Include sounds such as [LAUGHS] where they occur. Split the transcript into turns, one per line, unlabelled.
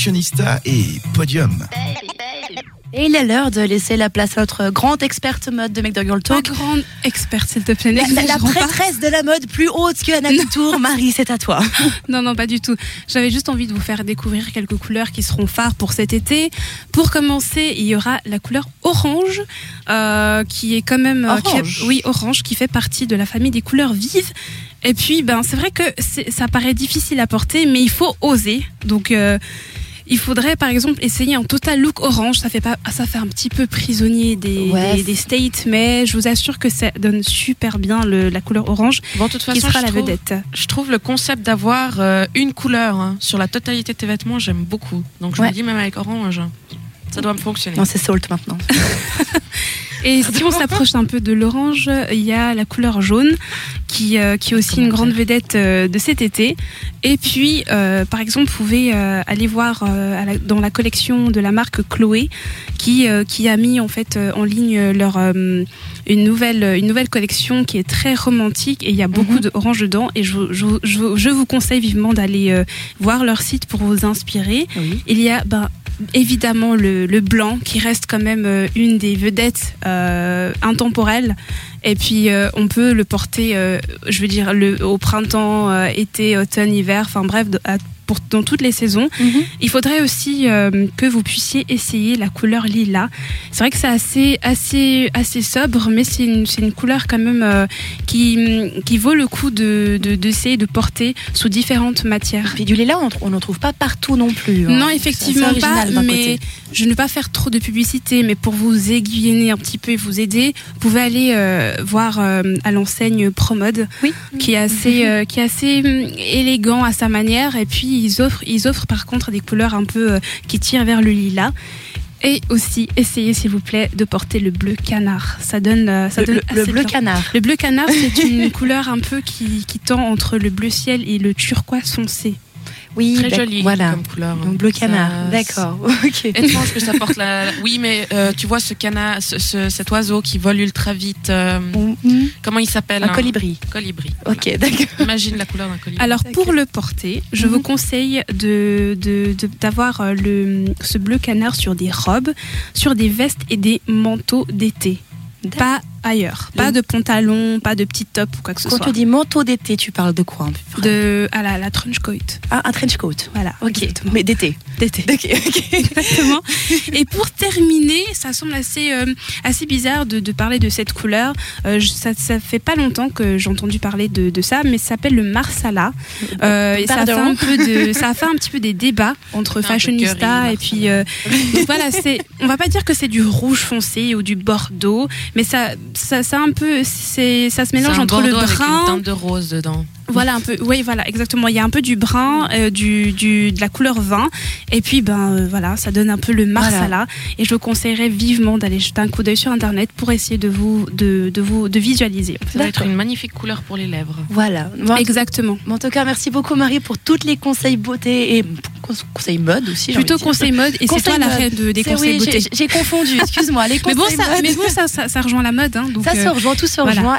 Fashionista et Podium.
Et il est l'heure de laisser la place à notre grande experte mode de McDougall
Toi,
Talk.
grande experte, s'il te plaît.
La, Ah, la
n'exagérons pas.
prêtresse de la mode plus haute que Anna Tour, Marie, c'est à toi.
Non, non, pas du tout. J'avais juste envie de vous faire découvrir quelques couleurs qui seront phares pour cet été. Pour commencer, il y aura la couleur orange, euh, qui est quand même... euh, qui
Orange.
fait- oui, orange, qui fait partie de la famille des couleurs vives. Et puis, ben, c'est vrai que c'est- ça paraît difficile à porter, mais il faut oser. Donc... euh, il faudrait par exemple essayer un total look orange, ça fait pas, ça fait un petit peu prisonnier des,
Ouais.
des, des states, mais je vous assure que ça donne super bien le- la couleur orange
Bon, de toute
qui
façon,
sera
je,
la
trouve,
vedette.
je trouve le concept d'avoir euh, une couleur hein, sur la totalité de tes vêtements, j'aime beaucoup. Donc je
Ouais.
me dis même avec orange, hein, ça doit me fonctionner.
Non, c'est Salt maintenant.
Et si on s'approche un peu de l'orange, il y a la couleur jaune qui, euh, qui est aussi une grande vedette euh, de cet été. Et puis, euh, par exemple, vous pouvez euh, aller voir euh, à la- dans la collection de la marque Chloé qui, euh, qui a mis en fait euh, en ligne leur, euh, une, nouvelle, une nouvelle collection qui est très romantique et il y a
Mhm.
beaucoup d'orange dedans. Et je, vous- je, vous- je, vous- je vous conseille vivement d'aller euh, voir leur site pour vous inspirer.
Oui.
Il y a ben, évidemment le, le blanc qui reste quand même euh, une des vedettes euh, intemporelles. Et puis euh, on peut le porter, euh, je veux dire, le, au printemps, euh, été, automne, hiver, enfin bref, de- à- pour, dans toutes les saisons.
Mhm.
Il faudrait aussi euh, que vous puissiez essayer la couleur lilas. C'est vrai que c'est assez, assez, assez sobre, mais c'est une, c'est une couleur quand même euh, qui, qui vaut le coup d'essayer de, d'essayer de porter sous différentes matières.
Puis du lilas, on tr- on n'en trouve pas partout non plus. hein.
Non,
C'est
effectivement
assez
pas,
original d'un
mais
côté.
je ne veux pas faire trop de publicité, mais pour vous aiguillonner un petit peu et vous aider, vous pouvez aller euh, voir euh, à l'enseigne Promode,
Oui. Mhm.
qui est assez, euh, qui est assez hum, élégant à sa manière, et puis ils offrent, ils offrent par contre des couleurs un peu euh, qui tirent vers le lilas. Et aussi, essayez s'il vous plaît de porter le bleu canard. Ça donne, euh, ça
Le,
donne
le- le
assez
bleu
bien.
canard.
Le bleu canard,
[LAUGHS]
c'est une couleur un peu qui, qui tend entre le bleu ciel et le turquoise foncé.
Oui,
Très
d'ac-
joli
Voilà.
comme couleur. hein.
Donc bleu canard.
Ça-
D'accord. [LAUGHS] Ok.
Étrange que ça porte la. Oui, mais euh, tu vois ce canard, ce- ce- cet oiseau qui vole ultra vite. euh,
Bon, hmm.
Comment il s'appelle
Un
hein
colibri.
Colibri.
Ok, d'accord.
Voilà. Imagine la couleur d'un colibri.
Alors
Ok. Mhm.
pour le porter, je vous conseille de de- de- d'avoir euh, le ce bleu canard sur des robes, sur des vestes et des manteaux d'été, pas ailleurs, pas de pantalon, pas de petit top ou quoi que ce
Quand on te
soit.
dit manteau d'été, tu parles de quoi un peu près
De à la, la trench coat,
Ah, un trench coat.
voilà.
Ok,
exactement.
mais d'été.
d'été.
Ok, ok.
Exactement. Et pour terminer, ça semble assez, euh, assez bizarre de, de parler de cette couleur. Euh, je- ça, ça fait pas longtemps que j'ai entendu parler de, de ça, mais ça s'appelle le Marsala. Euh, et ça, a fait
Pardon.
un peu de, ça a fait un petit peu des débats entre
Ça fait un peu
fashionistas
curry,
et puis. euh, donc voilà, c'est, on va pas dire que c'est du rouge foncé ou du bordeaux, mais ça, ça, ça un peu, c'est, ça se
C'est
mélange
un
entre le
bordeaux avec une
brun,
teinte de rose dedans.
voilà un peu, oui voilà exactement. Il y a un peu du brun, euh, du, du de la couleur vin, et puis ben euh, voilà, ça donne un peu le marsala. Et je vous conseillerais vivement d'aller jeter un coup d'œil sur internet pour essayer de vous de, de vous de visualiser.
Ça va être
D'accord.
une magnifique couleur pour les lèvres.
Voilà. Bon,
Exactement.
en tout cas, merci beaucoup Marie pour tous les conseils beauté et conse- conseils mode aussi. j'ai
Plutôt
envie de dire.
conseil mode et c'est
Conseil
toi la
mode.
reine de- des
C'est-
conseils
oui, j'ai-
beauté.
J'ai confondu, excuse-moi. Les
[LAUGHS] Mais
conseils
bon, ça,
mode.
mais bon, ça, ça, ça rejoint la mode, hein, donc.
ça
euh,
se rejoint, tout se
voilà.
rejoint.